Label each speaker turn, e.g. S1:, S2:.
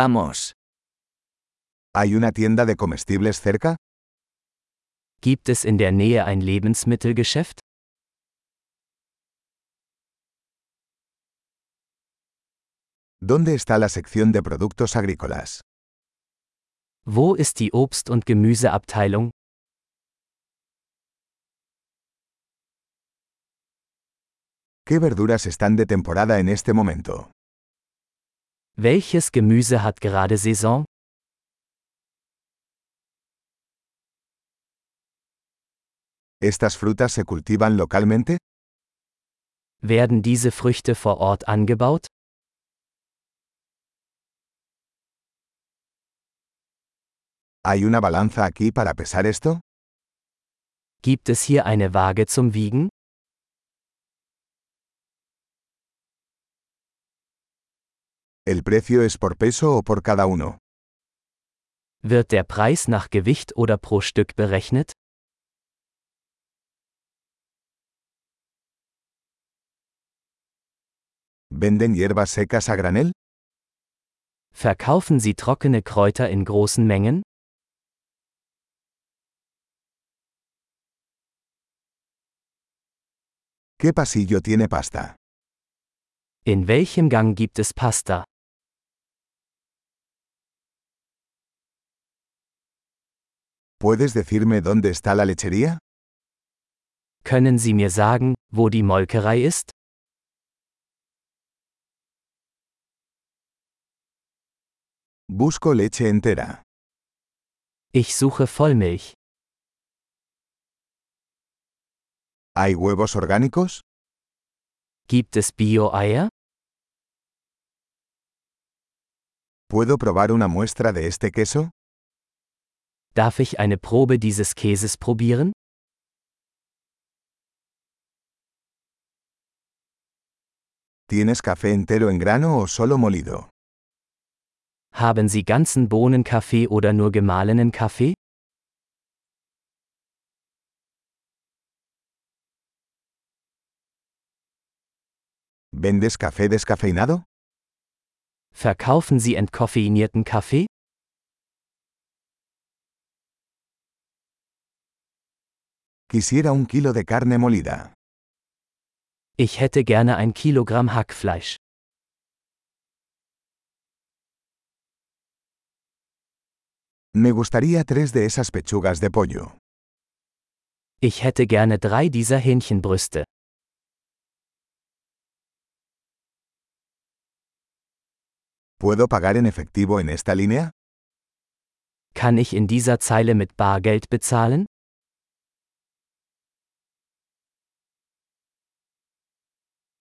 S1: Vamos.
S2: ¿Hay una tienda de comestibles cerca?
S1: Gibt es in der Nähe ein Lebensmittelgeschäft?
S2: ¿Dónde está la sección de productos agrícolas?
S1: Wo ist die Obst- und Gemüseabteilung?
S2: ¿Qué verduras están de temporada en este momento?
S1: Welches Gemüse hat gerade Saison?
S2: ¿Estas frutas se cultivan localmente?
S1: Werden diese Früchte vor Ort angebaut?
S2: ¿Hay una balanza aquí para pesar esto?
S1: Gibt es hier eine Waage zum Wiegen?
S2: ¿El precio es por peso o por cada uno?
S1: Wird der Preis nach Gewicht oder pro Stück berechnet?
S2: ¿Venden hierbas secas a granel?
S1: Verkaufen Sie trockene Kräuter in großen Mengen?
S2: ¿Qué pasillo tiene pasta?
S1: In welchem Gang gibt es Pasta?
S2: ¿Puedes decirme dónde está la lechería?
S1: Können Sie mir sagen, wo die Molkerei ist?
S2: Busco leche entera.
S1: Ich suche Vollmilch.
S2: ¿Hay huevos orgánicos?
S1: Gibt es Bio-Eier?
S2: ¿Puedo probar una muestra de este queso?
S1: Darf ich eine Probe dieses Käses probieren?
S2: ¿Tienes café entero en grano o solo molido?
S1: Haben Sie ganzen Bohnenkaffee oder nur gemahlenen Kaffee?
S2: ¿Vendes café descafeinado?
S1: Verkaufen Sie entkoffeinierten Kaffee?
S2: Quisiera un kilo de carne molida.
S1: Ich hätte gerne ein Kilogramm Hackfleisch.
S2: Me gustaría tres de esas pechugas de pollo.
S1: Ich hätte gerne drei dieser Hähnchenbrüste.
S2: ¿Puedo pagar en efectivo en esta línea?
S1: Kann ich in dieser Zeile mit Bargeld bezahlen?